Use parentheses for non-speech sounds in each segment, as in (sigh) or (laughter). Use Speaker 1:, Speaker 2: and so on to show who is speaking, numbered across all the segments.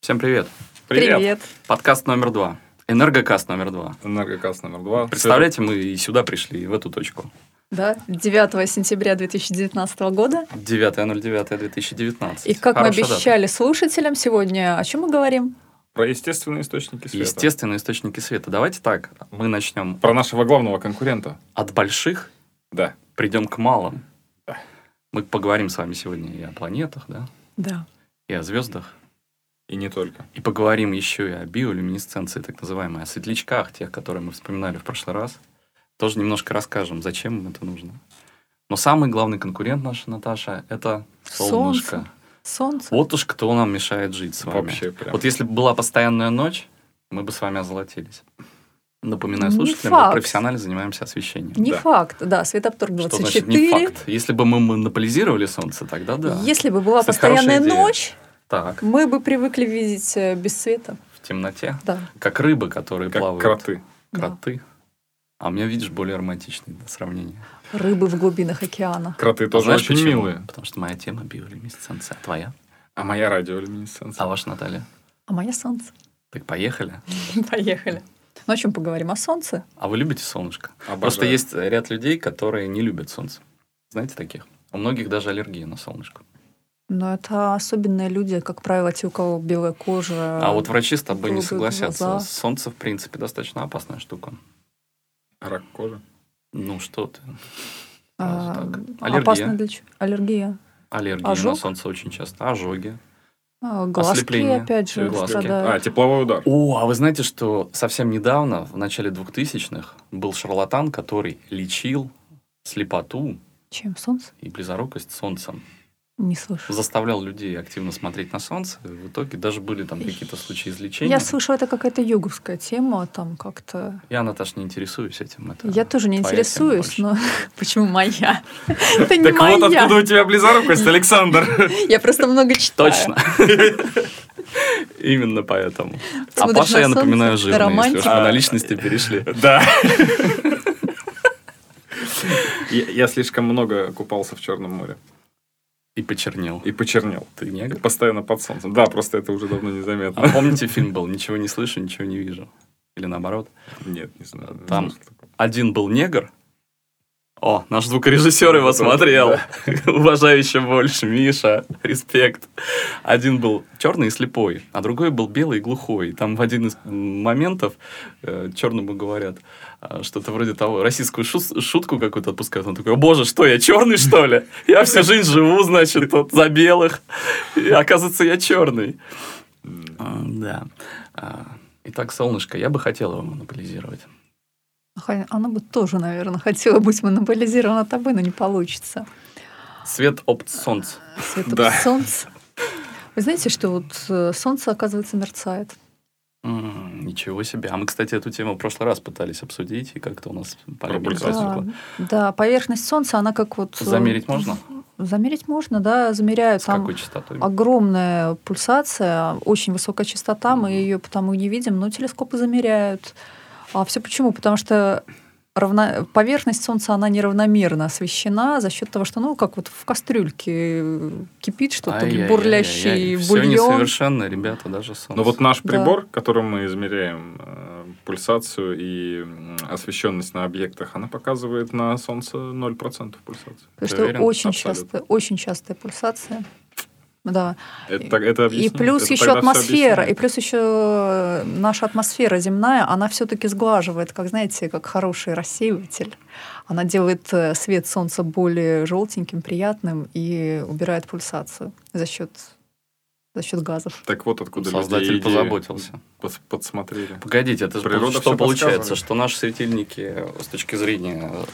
Speaker 1: Всем привет.
Speaker 2: Привет.
Speaker 1: Подкаст номер два. Энергокаст номер два.
Speaker 2: Энергокаст номер два.
Speaker 1: Представляете, мы и сюда пришли, и в эту точку.
Speaker 3: Да, 9 сентября 2019 года.
Speaker 1: 9.09.2019.
Speaker 3: И как
Speaker 1: Хорошая
Speaker 3: мы
Speaker 1: дата.
Speaker 3: обещали слушателям сегодня, о чем мы говорим?
Speaker 2: Про естественные источники света.
Speaker 1: Естественные источники света. Давайте так, мы начнем
Speaker 2: Про нашего главного конкурента.
Speaker 1: от больших,
Speaker 2: Да.
Speaker 1: придем к малым.
Speaker 2: Да.
Speaker 1: Мы поговорим с вами сегодня и о планетах, да,
Speaker 3: Да.
Speaker 1: и о звездах.
Speaker 2: И не только.
Speaker 1: И поговорим еще и о биолюминесценции, так называемой, о светлячках, тех, которые мы вспоминали в прошлый раз. Тоже немножко расскажем, зачем им это нужно. Но самый главный конкурент наш, Наташа, это солнышко.
Speaker 3: Солнце. Солнце.
Speaker 1: Вот уж кто нам мешает жить с вами.
Speaker 2: Вообще прям.
Speaker 1: Вот если бы была постоянная ночь, мы бы с вами озолотились. Напоминаю
Speaker 3: Не
Speaker 1: слушателям, мы
Speaker 3: факт.
Speaker 1: профессионально занимаемся освещением.
Speaker 3: Не
Speaker 2: да.
Speaker 3: факт, да, Светоптор
Speaker 1: Что значит не
Speaker 3: 24.
Speaker 1: факт? Если бы мы монополизировали солнце, тогда да.
Speaker 3: Если бы была
Speaker 1: Кстати,
Speaker 3: постоянная
Speaker 1: хорошая идея.
Speaker 3: ночь,
Speaker 1: Так,
Speaker 3: мы бы привыкли видеть э, без света.
Speaker 1: в темноте.
Speaker 3: Да.
Speaker 1: Как рыбы, которые
Speaker 2: Как
Speaker 1: плавают.
Speaker 2: кроты.
Speaker 1: Кроты. А у меня, видишь, более романтичные да, сравнения.
Speaker 3: да. Рыбы в глубинах океана.
Speaker 2: Кроты тоже
Speaker 1: А Знаешь
Speaker 2: очень
Speaker 1: почему?
Speaker 2: милые.
Speaker 1: Потому что моя тема биолюминесценция. А твоя?
Speaker 2: А моя радиолюминесценция.
Speaker 1: А ваша, Наталья?
Speaker 3: А моя солнце.
Speaker 1: Так поехали.
Speaker 3: (laughs) Поехали. Ну, о чем поговорим? О солнце?
Speaker 1: А вы любите солнышко?
Speaker 2: Обожаю.
Speaker 1: Просто есть ряд людей, которые не любят солнце. Знаете таких? У многих даже аллергия на солнышко.
Speaker 3: Но это особенные люди, как правило, те, у кого белая кожа.
Speaker 1: А вот врачи с тобой не
Speaker 3: круглые
Speaker 1: согласятся.
Speaker 3: глаза.
Speaker 1: Солнце, в принципе, достаточно опасная штука. А
Speaker 2: Рак кожи.
Speaker 1: Ну что ты?
Speaker 3: а,
Speaker 1: так. Аллергия.
Speaker 3: опасно для чего? Аллергия.
Speaker 1: Аллергия на
Speaker 3: Ожог?
Speaker 1: солнце очень часто. Ожоги.
Speaker 3: А, Глазки,
Speaker 1: Ослепление.
Speaker 3: опять же,
Speaker 1: Глазки.
Speaker 2: А,
Speaker 3: страдают.
Speaker 2: тепловой удар.
Speaker 1: О, а вы знаете, что совсем недавно, в начале 2000-х, был шарлатан, который лечил слепоту
Speaker 3: Чем солнце?
Speaker 1: и близорукость солнцем.
Speaker 3: Не слышу.
Speaker 1: Заставлял людей активно смотреть на солнце. и В итоге даже были там какие-то случаи излечения.
Speaker 3: Я слышу, это какая-то юговская тема, там как-то...
Speaker 1: Я, Наташ, не интересуюсь этим. Это
Speaker 3: Я тоже не
Speaker 1: твоя тема
Speaker 3: интересуюсь,
Speaker 1: больше.
Speaker 3: но (laughs) почему
Speaker 1: (laughs)
Speaker 3: моя? Это не
Speaker 2: Так вот откуда
Speaker 3: моя.
Speaker 2: у тебя близорукость,
Speaker 3: (laughs)
Speaker 2: Александр.
Speaker 3: Я просто много читаю.
Speaker 1: Точно. (laughs) Именно поэтому. А
Speaker 3: Смотришь
Speaker 1: Паша,
Speaker 3: на
Speaker 1: я
Speaker 3: солнце,
Speaker 1: напоминаю, жирный, если уж
Speaker 3: романтика.
Speaker 1: мы на личности перешли.
Speaker 2: Да. (laughs) Я я слишком много купался в Черном море.
Speaker 1: И почернел.
Speaker 2: И почернел.
Speaker 1: Ты
Speaker 2: И
Speaker 1: негр?
Speaker 2: постоянно под солнцем. Да, просто это уже давно
Speaker 1: А
Speaker 2: незаметно.
Speaker 1: помните фильм был «Ничего не слышу, ничего не вижу»? Или наоборот.
Speaker 2: Нет, не знаю.
Speaker 1: А Там Один был негр. О, наш звукорежиссер его смотрел. Уважаю еще больше, Миша. Респект. Один был черный и слепой, а другой был белый и глухой. И Там в один из м, моментов черному говорят э, что-то вроде того, российскую шус- шутку какую-то отпускают. Он такой, «О, боже, что я, черный, что ли? Я всю жизнь живу, значит, вот, за белых. И оказывается, я черный. Да. А, Итак, солнышко, я бы хотел его монополизировать.
Speaker 3: Ха- Она бы тоже, наверное, хотела быть монополизирована тобой, но не получится.
Speaker 1: Свет опт солнца.
Speaker 3: Света
Speaker 2: Да.
Speaker 3: (laughs) солнце. Вы знаете, что вот э, солнце, оказывается, мерцает.
Speaker 1: М, Ничего себе. А мы, кстати, эту тему в прошлый раз пытались обсудить, и как-то у нас полемика
Speaker 2: Пробурчало.
Speaker 1: возникла.
Speaker 3: Да, да, поверхность солнца, она как вот... э,
Speaker 1: Замерить можно?
Speaker 3: Замерить можно, да, замеряют.
Speaker 1: С
Speaker 3: Там
Speaker 1: какой частотой?
Speaker 3: огромная пульсация, очень высокая частота, мы
Speaker 1: Мгм.
Speaker 3: ее потому и не видим, но телескопы замеряют. А все почему? Потому что равно... поверхность Солнца, она неравномерно освещена за счет того, что, ну, как вот в кастрюльке э, кипит что-то,
Speaker 1: Ай-яй-яй-яй-яй.
Speaker 3: бурлящий
Speaker 1: Всё
Speaker 3: бульон.
Speaker 1: несовершенно, ребята, даже солнце.
Speaker 2: Ну вот наш
Speaker 3: Да.
Speaker 2: прибор, которым мы измеряем э, пульсацию и м, освещенность на объектах, она показывает на солнце 0% пульсации.
Speaker 3: Потому
Speaker 1: Ты
Speaker 3: что
Speaker 1: уверен?
Speaker 3: очень
Speaker 2: Абсолютно.
Speaker 3: часто, очень частая пульсация. Да.
Speaker 2: Это, так- это
Speaker 3: И
Speaker 2: объясняет?
Speaker 3: плюс
Speaker 2: Это
Speaker 3: еще
Speaker 2: тогда всё
Speaker 3: атмосфера, и
Speaker 2: объясняет.
Speaker 3: плюс еще наша атмосфера земная, она все-таки сглаживает, как знаете, как хороший рассеиватель. Она делает э, свет солнца более желтеньким, приятным и убирает пульсацию за счет за счет газов.
Speaker 2: Так вот откуда люди
Speaker 1: Создатель
Speaker 2: идею
Speaker 1: позаботился.
Speaker 2: пос- подсмотрели.
Speaker 1: Погодите, это же
Speaker 2: Природа
Speaker 1: пол-
Speaker 2: всё
Speaker 1: что получается,
Speaker 2: подсказывает.
Speaker 1: что наши светильники э, с точки зрения э,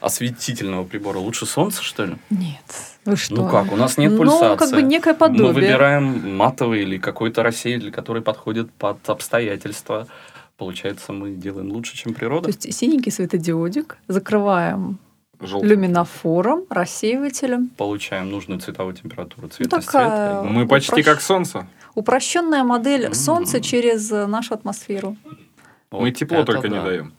Speaker 1: осветительного прибора лучше солнца, что ли?
Speaker 3: Нет, вы что?
Speaker 1: Ну как, у нас нет пульсации.
Speaker 3: ну как бы некое
Speaker 1: Мы
Speaker 3: подобие.
Speaker 1: выбираем матовый или какой-то рассеятель, который подходит под обстоятельства. Получается, мы делаем лучше, чем
Speaker 3: То
Speaker 1: природа.
Speaker 3: есть синенький светодиодик закрываем
Speaker 2: Желтый.
Speaker 3: люминофором, рассеивателем.
Speaker 1: Получаем нужную цветовую температуру, цвет на
Speaker 3: Ну, такая.
Speaker 1: цвет.
Speaker 2: Мы почти
Speaker 3: Упрощ-
Speaker 2: как солнце.
Speaker 3: Упрощенная модель
Speaker 1: М.
Speaker 3: солнца через э, нашу атмосферу.
Speaker 2: мы
Speaker 1: Вот
Speaker 2: тепло
Speaker 1: это
Speaker 2: только не
Speaker 1: да.
Speaker 2: даем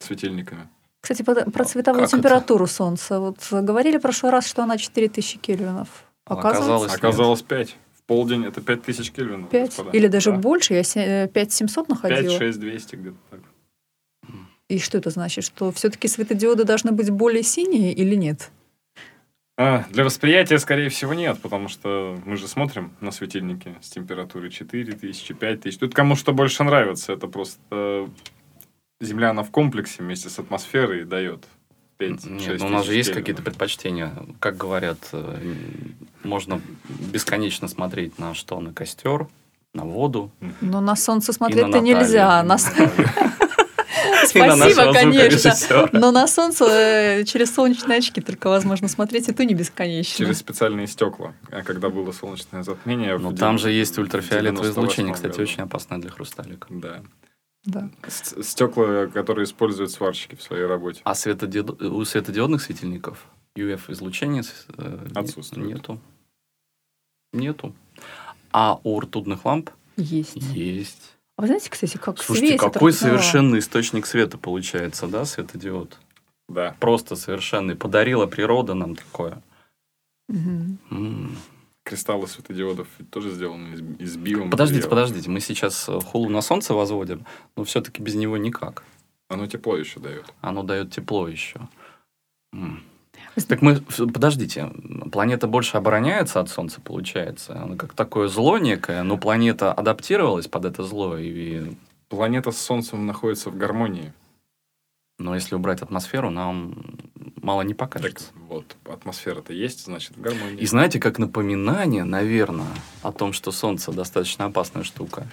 Speaker 2: светильниками.
Speaker 3: Кстати, под- про цветовую
Speaker 1: как это?
Speaker 3: температуру Солнца. Вот говорили в прошлый раз, что она 4000 кельвинов.
Speaker 1: А
Speaker 3: Оказывается,
Speaker 1: оказалось- Плюс
Speaker 2: Оказалось 5. полдень это 5000 кельвинов.
Speaker 3: 5
Speaker 2: господа.
Speaker 3: или даже
Speaker 2: Да.
Speaker 3: больше, я се- э, 5700
Speaker 2: 5,
Speaker 3: находила.
Speaker 2: 6, 200 где-то так.
Speaker 3: И что это значит? Что все-таки светодиоды должны быть более синие или нет?
Speaker 2: А, для восприятия, скорее всего, нет, потому что мы же смотрим на светильники с температурой 4000, 5000. Тут кому что больше нравится, это просто э, Земля, она в комплексе вместе с атмосферой дает 5
Speaker 1: Нет, ну у нас же есть какие-то предпочтения. Как говорят, э, м, можно бесконечно смотреть на что? На костер, на
Speaker 3: (laughs)
Speaker 1: воду.
Speaker 3: Но на солнце
Speaker 1: и на
Speaker 3: смотреть-то
Speaker 1: Наталью.
Speaker 3: нельзя. А На с- (laughs)
Speaker 1: И на
Speaker 3: Спасибо,
Speaker 1: нашего
Speaker 3: конечно.
Speaker 1: звукорежиссера.
Speaker 2: (laughs)
Speaker 3: Но на солнце э, через солнечные очки только возможно смотреть, и то не бесконечно.
Speaker 2: Через специальные стекла, а когда было солнечное затмение. в
Speaker 1: Но
Speaker 2: де-
Speaker 1: Ну, там же есть ультрафиолетовое
Speaker 2: 98
Speaker 1: излучение, кстати,
Speaker 2: году.
Speaker 1: очень опасное для хрусталика.
Speaker 2: Да.
Speaker 3: Да.
Speaker 2: С- Стекла, которые используют сварщики в своей работе.
Speaker 1: А светодиод- у светодиодных светильников UF-излучения
Speaker 2: Отсутствует.
Speaker 1: э, Нету. Нету. А у ртутных ламп
Speaker 3: Есть.
Speaker 1: есть.
Speaker 3: А вы знаете, кстати, как
Speaker 1: Слушайте,
Speaker 3: светит
Speaker 1: какой
Speaker 3: ртутная лампа?
Speaker 1: совершенный источник света получается, да, светодиод?
Speaker 2: Да.
Speaker 1: Просто совершенный. Подарила природа нам такое.
Speaker 3: Мгм.
Speaker 1: М.
Speaker 2: Кристаллы светодиодов ведь тоже сделаны из, из биоматериала.
Speaker 1: Подождите, подождите, мы сейчас э, хулу на солнце возводим, но все-таки без него никак.
Speaker 2: Оно тепло еще дает.
Speaker 1: Оно дает тепло еще. Так мы, в- подождите, планета больше обороняется от Солнца, получается? Она как такое зло некое, но планета адаптировалась под это зло. И...
Speaker 2: Планета с Солнцем находится в гармонии.
Speaker 1: Но если убрать атмосферу, нам мало не
Speaker 2: Так,
Speaker 1: покажется.
Speaker 2: вот, атмосфера-то есть, значит, в гармонии.
Speaker 1: И знаете, как напоминание, наверное, о том, что Солнце достаточно опасная штука,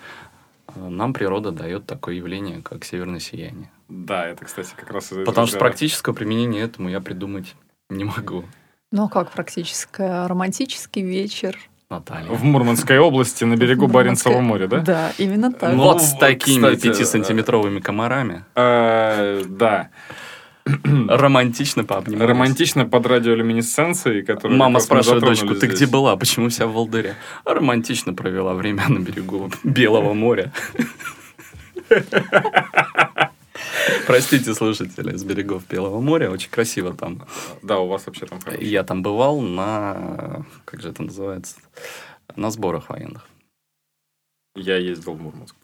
Speaker 1: э, нам природа дает такое явление, как северное сияние.
Speaker 2: Да, это, кстати, как раз... из-
Speaker 1: Потому что
Speaker 2: из-
Speaker 1: практического применения этому я придумать не могу.
Speaker 3: Ну а как практическое? Романтический вечер.
Speaker 1: Наталья.
Speaker 2: В Мурманской области на берегу Баренцева
Speaker 3: Мурманская-
Speaker 2: моря, да?
Speaker 3: Да, именно так.
Speaker 2: Ну,
Speaker 1: вот с
Speaker 2: вот,
Speaker 1: такими
Speaker 2: кстати,
Speaker 1: пятисантиметровыми комарами
Speaker 2: А, Да. хм.
Speaker 1: романтично пообнимались.
Speaker 2: Романтично под радиолюминесценцией, которую...
Speaker 1: Мама
Speaker 2: как раз мы
Speaker 1: спрашивает
Speaker 2: затронули
Speaker 1: дочку, ты
Speaker 2: здесь.
Speaker 1: где была, почему вся в Волдыре? Романтично провела время на берегу Белого моря. Простите, слушатели, с берегов Белого моря, очень красиво там.
Speaker 2: Да, у вас вообще там... хорошо.
Speaker 1: Я там бывал на, как же это называется, на сборах военных.
Speaker 2: Я ездил в Мурманск.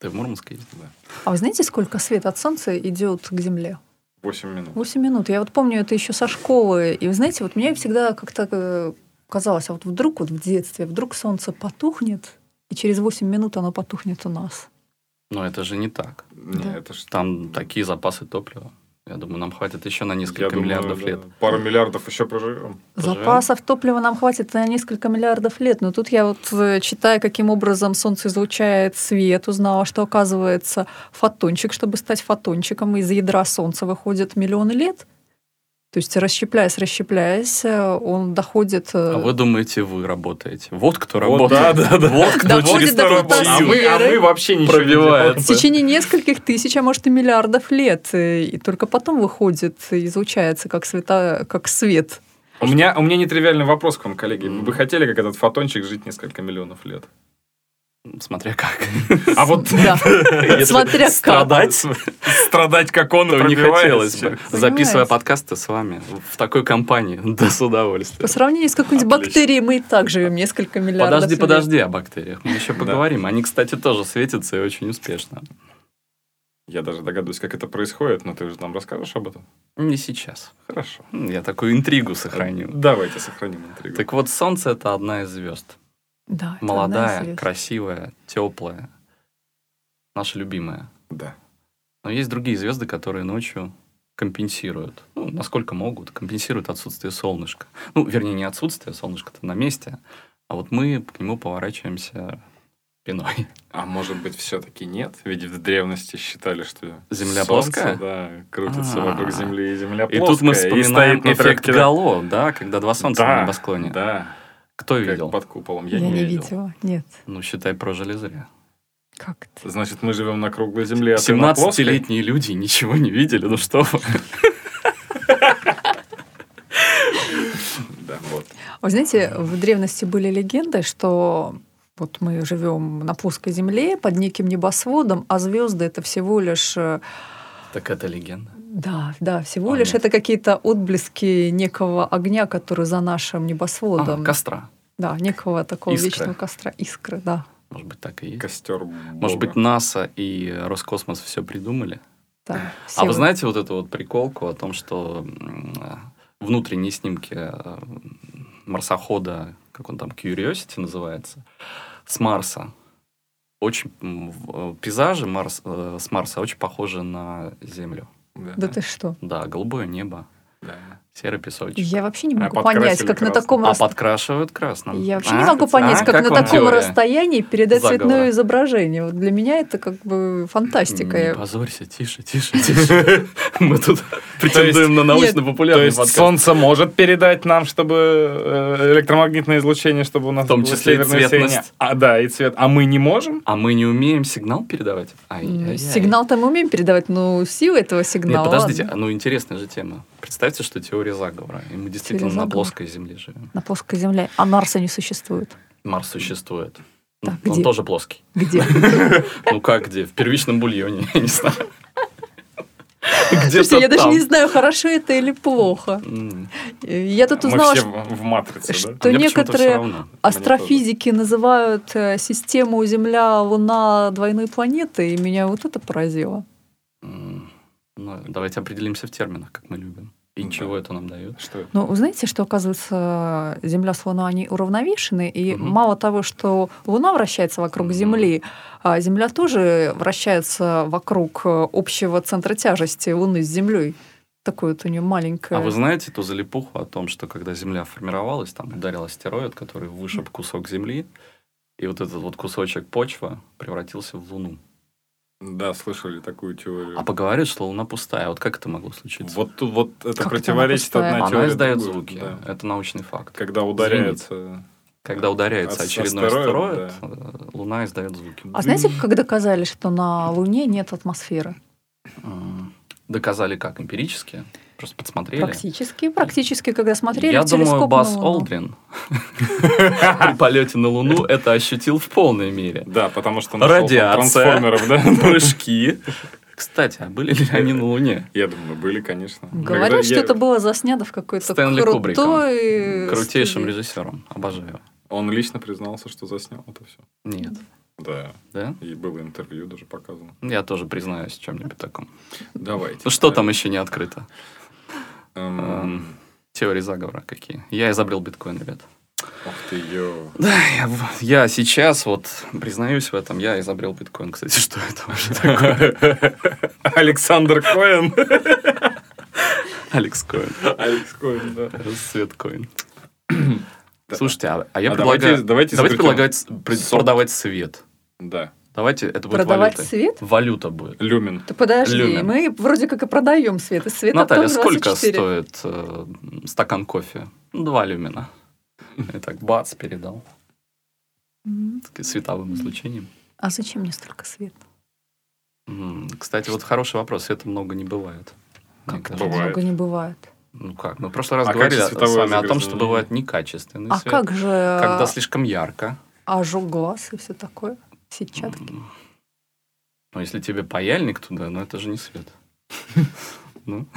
Speaker 1: Ты в Мурманске ездил?
Speaker 3: А вы знаете, сколько света от солнца идет к Земле?
Speaker 2: 8 минут.
Speaker 3: 8 минут. Я вот помню это еще со школы. И вы знаете, вот мне всегда как-то э, казалось, а вот вдруг вот в детстве, вдруг солнце потухнет, и через 8 минут оно потухнет у нас.
Speaker 1: Но это же не так.
Speaker 2: Не,
Speaker 3: Да.
Speaker 2: это ж-
Speaker 1: Там такие запасы топлива. Я думаю, нам хватит еще на
Speaker 2: я
Speaker 1: несколько
Speaker 2: думаю,
Speaker 1: миллиардов
Speaker 2: да,
Speaker 1: лет.
Speaker 2: Пару миллиардов еще проживем.
Speaker 1: Пожалуйста.
Speaker 3: Запасов топлива нам хватит на несколько миллиардов лет. Но тут я вот, э, читая, каким образом Солнце излучает свет, узнала, что, оказывается, фотончик, чтобы стать фотончиком, из ядра Солнца выходит миллионы лет. То есть, расщепляясь, расщепляясь, э, он доходит... э,
Speaker 1: А вы думаете, вы работаете? Вот кто
Speaker 2: Вот,
Speaker 1: работает.
Speaker 2: да, да, да.
Speaker 1: Вот кто
Speaker 3: Доходит
Speaker 1: через
Speaker 3: до
Speaker 1: второй
Speaker 3: фантастики.
Speaker 2: А
Speaker 1: подъезд.
Speaker 2: мы, а мы вообще ничего не
Speaker 1: Пробивает.
Speaker 2: делаем.
Speaker 3: В течение нескольких тысяч, а может и миллиардов лет. э, И только потом выходит, и излучается как, света, как свет.
Speaker 2: А У меня, у меня нетривиальный вопрос к вам, коллеги. Вы бы хотели, как этот фотончик, жить несколько миллионов лет?
Speaker 1: Смотря как.
Speaker 2: А вот
Speaker 3: (laughs) Да.
Speaker 1: Если
Speaker 3: Смотря как.
Speaker 1: страдать,
Speaker 2: страдать, как он,
Speaker 1: то не хотелось бы.
Speaker 3: Понимаете?
Speaker 1: Записывая подкасты с вами в такой компании, (laughs) да с
Speaker 3: По
Speaker 1: удовольствием.
Speaker 3: сравнению с какой-нибудь
Speaker 2: Отлично.
Speaker 3: бактерией мы и так живем несколько миллиардов
Speaker 1: Подожди,
Speaker 3: лет.
Speaker 1: подожди о бактериях. Мы еще поговорим. Они, кстати, тоже светятся и очень успешно.
Speaker 2: Я даже догадываюсь, как это происходит, но ты же нам расскажешь об этом.
Speaker 1: Не сейчас.
Speaker 2: Хорошо.
Speaker 1: М, Я такую интригу сохраню.
Speaker 2: Давайте сохраним интригу.
Speaker 1: Так вот, Солнце это одна из звезд.
Speaker 3: Да, это одна из
Speaker 1: Молодая,
Speaker 3: звезд.
Speaker 1: красивая, теплая. Наша любимая.
Speaker 2: Да.
Speaker 1: Но есть другие звезды, которые ночью компенсируют, ну, насколько могут, компенсируют отсутствие солнышка. Ну, вернее, не отсутствие, солнышко-то на месте, а вот мы к нему поворачиваемся спиной.
Speaker 2: А может быть, все-таки нет? Ведь в древности считали, что
Speaker 1: Земля
Speaker 2: солнце,
Speaker 1: плоская?
Speaker 2: Да, крутится
Speaker 1: А.
Speaker 2: вокруг Земли, и Земля
Speaker 1: И
Speaker 2: плоская.
Speaker 1: тут мы вспоминаем
Speaker 2: стоит на трех
Speaker 1: эффект
Speaker 2: кило-
Speaker 1: Гало, да, когда два солнца
Speaker 2: Да,
Speaker 1: на небосклоне.
Speaker 2: Да,
Speaker 1: Кто
Speaker 2: как
Speaker 1: видел?
Speaker 2: под куполом. Я,
Speaker 3: Я не
Speaker 2: видел.
Speaker 3: видела. Нет.
Speaker 1: Ну, считай, прожили зря.
Speaker 3: Как это?
Speaker 2: Значит, мы живем на круглой Земле, а ты на плоской?
Speaker 1: 17-летние люди ничего не видели, ну что вы.
Speaker 2: Да, вот.
Speaker 3: Вы знаете, в древности были легенды, что вот мы живем на плоской земле под неким небосводом, а звезды это всего лишь э,
Speaker 1: (laughs) Так это легенда.
Speaker 3: Да, да, всего
Speaker 1: А, Понятно.
Speaker 3: лишь это какие-то отблески некого огня, который за нашим
Speaker 1: А,
Speaker 3: небосводом.
Speaker 1: костра.
Speaker 3: Да, некого такого
Speaker 1: Искры.
Speaker 3: вечного костра. Искры, да.
Speaker 1: Может быть, так и есть.
Speaker 2: Костер
Speaker 1: Может быть, НАСА и Роскосмос все придумали.
Speaker 3: да.
Speaker 1: А вы
Speaker 3: Все
Speaker 1: знаете вот эту вот приколку о том, что м, а, внутренние снимки а, м, марсохода, как он там, Curiosity называется, с Марса, очень м, в- э, пейзажи Марс, э, с Марса очень похожи на Землю.
Speaker 3: Да ты что?
Speaker 1: Да, голубое небо, серый песочек.
Speaker 3: Я вообще не
Speaker 2: А
Speaker 3: могу
Speaker 2: подкрасили
Speaker 3: понять, как на
Speaker 2: красным.
Speaker 3: таком
Speaker 1: А
Speaker 3: рас-
Speaker 1: подкрашивают красным.
Speaker 3: Я вообще
Speaker 1: А,
Speaker 3: не могу
Speaker 1: а,
Speaker 3: понять, как, на
Speaker 1: вам
Speaker 3: таком
Speaker 1: теория?
Speaker 3: расстоянии передать
Speaker 1: Заговора.
Speaker 3: цветное изображение. Вот для меня это как бы фантастика.
Speaker 1: Не
Speaker 3: Я-
Speaker 1: позорься, тише, тише, тише. (laughs) Мы тут претендуем на
Speaker 2: То
Speaker 1: научно-популярный
Speaker 2: есть
Speaker 1: подкаст.
Speaker 2: солнце может передать нам, чтобы э, электромагнитное излучение, чтобы у нас
Speaker 1: В том
Speaker 2: было
Speaker 1: числе и
Speaker 2: северное
Speaker 1: цветность.
Speaker 2: сияние. А да, и цвет. А мы не можем?
Speaker 1: А мы не умеем сигнал передавать?
Speaker 3: М,
Speaker 1: Ай-яй-яй.
Speaker 3: Сигнал-то мы умеем передавать, но сила этого
Speaker 1: Нет,
Speaker 3: сигнала...
Speaker 1: подождите,
Speaker 3: ладно.
Speaker 1: ну интересная же тема. Представьте, что теория заговора, и мы действительно
Speaker 3: Теория
Speaker 1: на
Speaker 3: заговора.
Speaker 1: плоской Земле живем.
Speaker 3: На плоской земле. А Нарса не существует.
Speaker 1: Марс существует.
Speaker 3: Так,
Speaker 1: Он
Speaker 3: где?
Speaker 1: тоже плоский. (laughs)
Speaker 3: Где?
Speaker 1: Ну как где? В первичном бульоне, (laughs) я не
Speaker 3: (laughs)
Speaker 1: знаю.
Speaker 3: Слушайте, я
Speaker 1: Где-то
Speaker 3: даже
Speaker 1: там.
Speaker 3: не знаю, хорошо это или плохо.
Speaker 1: М, а
Speaker 3: Я тут
Speaker 2: Мы
Speaker 3: узнала,
Speaker 2: все
Speaker 3: что
Speaker 2: в в матрице, да?
Speaker 3: что
Speaker 1: мне почему-то
Speaker 3: некоторые
Speaker 1: всё равно.
Speaker 3: астрофизики называют э, систему Земля, Луна двойной планетой, и меня вот это поразило.
Speaker 1: М, ну, давайте определимся в терминах, как мы любим. И
Speaker 2: Да.
Speaker 1: чего это нам дает?
Speaker 2: Что это?
Speaker 3: Ну, вы знаете, что, оказывается, Земля с Луной, они уравновешены, и
Speaker 1: Мгм.
Speaker 3: мало того, что Луна вращается вокруг
Speaker 1: Мгм.
Speaker 3: Земли, а Земля тоже вращается вокруг э, общего центра тяжести Луны с Землей. Такое вот у нее маленькое...
Speaker 1: А вы знаете ту залипуху о том, что когда Земля формировалась, там ударил астероид, который вышиб кусок Земли, и вот этот вот кусочек почвы превратился в Луну.
Speaker 2: Да, слышали такую теорию.
Speaker 1: А поговорят, что Луна пустая. Вот как это могло случиться?
Speaker 2: Вот, тут- вот это
Speaker 3: Как-то
Speaker 2: противоречит
Speaker 3: она пустая.
Speaker 2: одна
Speaker 1: Она
Speaker 2: теория.
Speaker 1: издает
Speaker 2: другой,
Speaker 1: звуки.
Speaker 2: да.
Speaker 1: Это научный факт.
Speaker 2: Когда ударяется...
Speaker 1: Когда ударяется
Speaker 2: Ас-
Speaker 1: очередной
Speaker 2: астероид,
Speaker 1: астероид, э, Луна издает звуки.
Speaker 3: А знаете, как доказали, что на Луне нет атмосферы?
Speaker 1: М, Доказали как? Эмпирически? Просто подсмотрели?
Speaker 3: Практически, практически, когда смотрели
Speaker 1: Я
Speaker 3: в телескоп
Speaker 1: думаю,
Speaker 3: на
Speaker 1: Бас
Speaker 3: Луну.
Speaker 1: Олдрин (laughs) при полете на Луну это ощутил в полной мере.
Speaker 2: Да, потому что нашел там
Speaker 1: Радиация.
Speaker 2: трансформеров, да?
Speaker 1: Прыжки. Кстати, а были ли они на Луне?
Speaker 2: Я думаю, были, конечно. Когда
Speaker 3: Говорил, что
Speaker 2: я-
Speaker 3: это было заснято в какой-то
Speaker 1: Стэнли
Speaker 3: крутой...
Speaker 1: Кубриком.
Speaker 3: э,
Speaker 1: Крутейшим
Speaker 3: студии.
Speaker 1: режиссером. Обожаю. его.
Speaker 2: Он лично признался, что заснял это все.
Speaker 1: Нет.
Speaker 2: Да,
Speaker 1: Да?
Speaker 2: и было интервью даже показано.
Speaker 1: Я тоже признаюсь в чем-нибудь таком.
Speaker 2: Давайте.
Speaker 1: Ну что там еще не открыто?
Speaker 2: Эм,
Speaker 1: Теории заговора какие? Я изобрел биткоин, ребят.
Speaker 2: Ух ты, ё.
Speaker 1: Да, я, в- я сейчас вот признаюсь в этом, я изобрел биткоин. Кстати, (laughs) что это вообще такое?
Speaker 2: (laughs) Александр Коэн.
Speaker 1: Алекс Коин.
Speaker 2: (laughs) Алекс Коэн, да.
Speaker 1: Свет Коин.
Speaker 2: Да.
Speaker 1: Слушайте, а, а я
Speaker 2: А
Speaker 1: предлагаю...
Speaker 2: давайте- давайте изобретем
Speaker 1: предлагать с- пред-
Speaker 2: сорт.
Speaker 1: продавать свет.
Speaker 2: Да,
Speaker 1: Давайте это будет
Speaker 3: Продавать
Speaker 1: валютой.
Speaker 3: свет?
Speaker 1: Валюта будет.
Speaker 2: люмен.
Speaker 3: Да подожди,
Speaker 1: Люмен.
Speaker 3: мы вроде как и продаем свет. И свет
Speaker 1: Наталья,
Speaker 3: оптом
Speaker 1: сколько
Speaker 3: 24.
Speaker 1: стоит э, стакан кофе? Два люмина. И так бац, передал.
Speaker 3: М,
Speaker 1: Так, Световым излучением.
Speaker 3: А зачем мне столько света?
Speaker 1: М, Кстати, вот хороший вопрос. Света много не бывает. мне
Speaker 3: Как
Speaker 1: кажется.
Speaker 3: это много не бывает.
Speaker 1: Ну как? Мы в прошлый раз
Speaker 2: А как
Speaker 1: говорили
Speaker 2: же
Speaker 1: с
Speaker 2: световое
Speaker 1: вами о том, что
Speaker 2: загрязнение?
Speaker 1: бывает некачественный
Speaker 3: а
Speaker 1: свет.
Speaker 3: как а? же
Speaker 1: Когда слишком ярко.
Speaker 3: ожог глаз и все такое? Сетчатки.
Speaker 1: Ну, если тебе паяльник туда, ну это же не свет. Ну.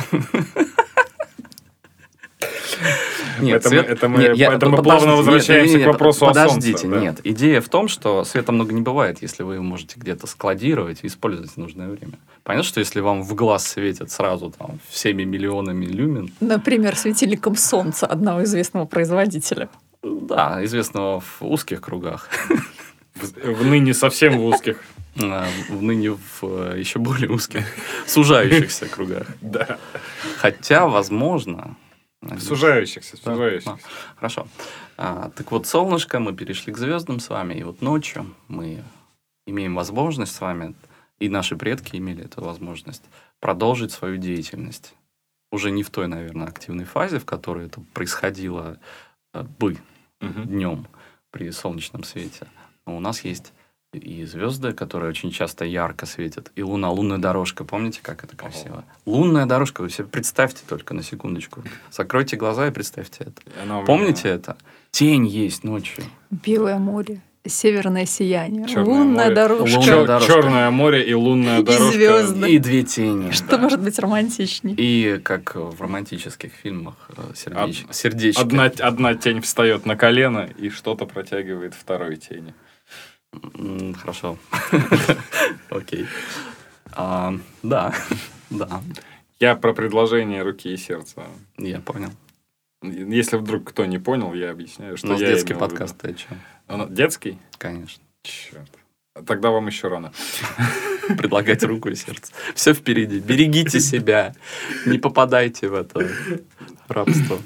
Speaker 1: Нет,
Speaker 2: это,
Speaker 1: свет-
Speaker 2: мы, это мы,
Speaker 1: нет, я-
Speaker 2: поэтому мы
Speaker 1: подождите,
Speaker 2: плавно
Speaker 1: нет,
Speaker 2: возвращаемся
Speaker 1: не-не-не,
Speaker 2: к вопросу о
Speaker 1: Подождите,
Speaker 2: солнце. да.
Speaker 1: нет. Идея в том, что света много не бывает, если вы его можете где-то складировать и использовать в нужное время. Понятно, что если вам в глаз светит сразу там всеми миллионами люмен,
Speaker 3: Например, светильником солнца одного известного производителя.
Speaker 1: да, известного в узких кругах, (laughs)
Speaker 2: В, в ныне совсем в узких.
Speaker 1: а, в- ныне в э, еще более узких, сужающихся кругах.
Speaker 2: (laughs) Да.
Speaker 1: Хотя, возможно... они-
Speaker 2: В сужающихся, в
Speaker 1: Да,
Speaker 2: сужающихся.
Speaker 1: Хорошо. А, так вот, солнышко, мы перешли к звездам с вами, и вот ночью мы имеем возможность с вами, и наши предки имели эту возможность, продолжить свою деятельность. Уже не в той, наверное, активной фазе, в которой это происходило э, бы
Speaker 2: Мгм.
Speaker 1: днем при солнечном свете. Но у нас есть и звезды, которые очень часто ярко светят, и луна, лунная дорожка. Помните, как это красиво? Лунная дорожка, вы себе представьте только на секундочку. Закройте глаза и представьте это.
Speaker 2: Она у меня-
Speaker 1: Помните это? Тень есть ночью.
Speaker 3: Белое море, северное сияние,
Speaker 2: Чёрное
Speaker 3: лунная
Speaker 2: море.
Speaker 3: дорожка.
Speaker 1: Лунная
Speaker 2: Чер-
Speaker 1: дорожка.
Speaker 2: Черное море и лунная
Speaker 3: И
Speaker 2: дорожка.
Speaker 3: звезды.
Speaker 1: И две тени. да.
Speaker 3: Что может быть романтичней?
Speaker 1: И как в романтических фильмах э, сердеч-
Speaker 2: Од-
Speaker 1: сердечки.
Speaker 2: Одна, одна тень встает на колено и что-то протягивает второй тени.
Speaker 1: М,
Speaker 2: (laughs)
Speaker 1: Хорошо. Окей. А, Да, (laughs) да,
Speaker 2: Я про предложение руки и сердца.
Speaker 1: я понял.
Speaker 2: Если вдруг кто не понял, я объясняю,
Speaker 1: У
Speaker 2: что
Speaker 1: нас
Speaker 2: я
Speaker 1: детский
Speaker 2: имел в виду.
Speaker 1: подкаст, ты чё?
Speaker 2: Он- Детский?
Speaker 1: Конечно.
Speaker 2: Черт. Тогда вам еще рано.
Speaker 1: (laughs) Предлагать руку и сердце. Все впереди. Берегите себя. Не попадайте в это рабство.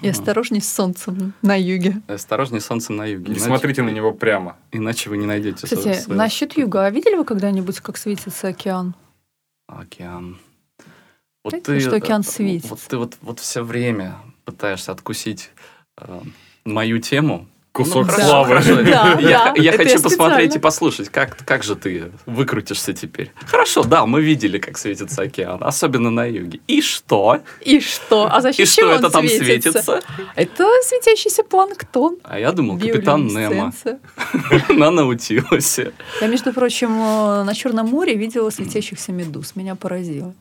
Speaker 3: И осторожней с солнцем на юге.
Speaker 1: Осторожнее с солнцем на юге.
Speaker 2: Не
Speaker 1: иначе-
Speaker 2: смотрите на него прямо.
Speaker 1: Иначе вы не найдете
Speaker 3: Кстати,
Speaker 1: со- со-
Speaker 3: насчет юга, а видели вы когда-нибудь, как светится океан?
Speaker 1: океан. Вот
Speaker 3: Знаете, что океан
Speaker 1: э,
Speaker 3: светится?
Speaker 1: Вот ты вот, вот все время пытаешься откусить э, мою тему. Ну,
Speaker 2: Кусок
Speaker 1: хорошо,
Speaker 2: славы.
Speaker 1: хорошо. Я,
Speaker 3: Да, да,
Speaker 1: я
Speaker 3: это
Speaker 1: хочу
Speaker 3: я
Speaker 1: посмотреть
Speaker 3: специально.
Speaker 1: и послушать, как, как же ты выкрутишься теперь. Хорошо, да, мы видели, как светится океан, особенно на юге. И что?
Speaker 3: И что? А за
Speaker 1: И
Speaker 3: счет чего
Speaker 1: что
Speaker 3: он
Speaker 1: это там
Speaker 3: светится?
Speaker 1: светится?
Speaker 3: Это светящийся планктон.
Speaker 1: А я думал, капитан Немо (laughs)
Speaker 3: биолюминесценция.
Speaker 1: на Наутилусе.
Speaker 3: Я, между прочим, э, на Черном море видела светящихся медуз. Меня поразило.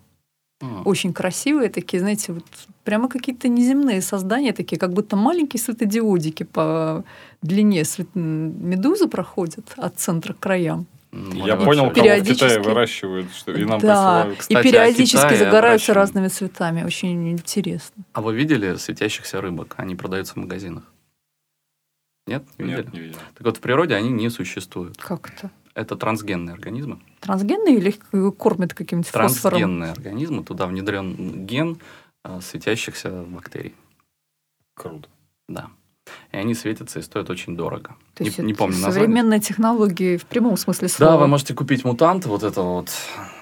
Speaker 3: Очень красивые такие, знаете, вот прямо какие-то неземные создания такие, как будто маленькие светодиодики по длине свет- м, медузы проходят от центра к краям.
Speaker 1: Ну,
Speaker 2: Я
Speaker 1: вообще.
Speaker 2: понял, кого в
Speaker 3: Периодически.
Speaker 2: Китае выращивают, что и нам
Speaker 3: да,
Speaker 2: присылают.
Speaker 1: Кстати, а о
Speaker 3: и периодически
Speaker 1: Китае
Speaker 3: загораются
Speaker 1: обращу-
Speaker 3: разными цветами. Очень интересно.
Speaker 1: А вы видели светящихся рыбок? Они продаются в магазинах. Нет? Не видели?
Speaker 2: Нет, не видел.
Speaker 1: Так вот, в природе они не существуют.
Speaker 3: Как это?
Speaker 1: Это трансгенные организмы.
Speaker 3: Трансгенные или их, э, кормят каким-нибудь фосфором?
Speaker 1: Трансгенные организмы, туда внедрен ген э, светящихся бактерий.
Speaker 2: Круто.
Speaker 1: Да. И они светятся и стоят очень дорого.
Speaker 3: То
Speaker 1: Не-
Speaker 3: есть
Speaker 1: не,
Speaker 3: это
Speaker 1: помню название.
Speaker 3: современные технологии в прямом смысле слова.
Speaker 1: Да, вы можете купить мутант, вот это вот,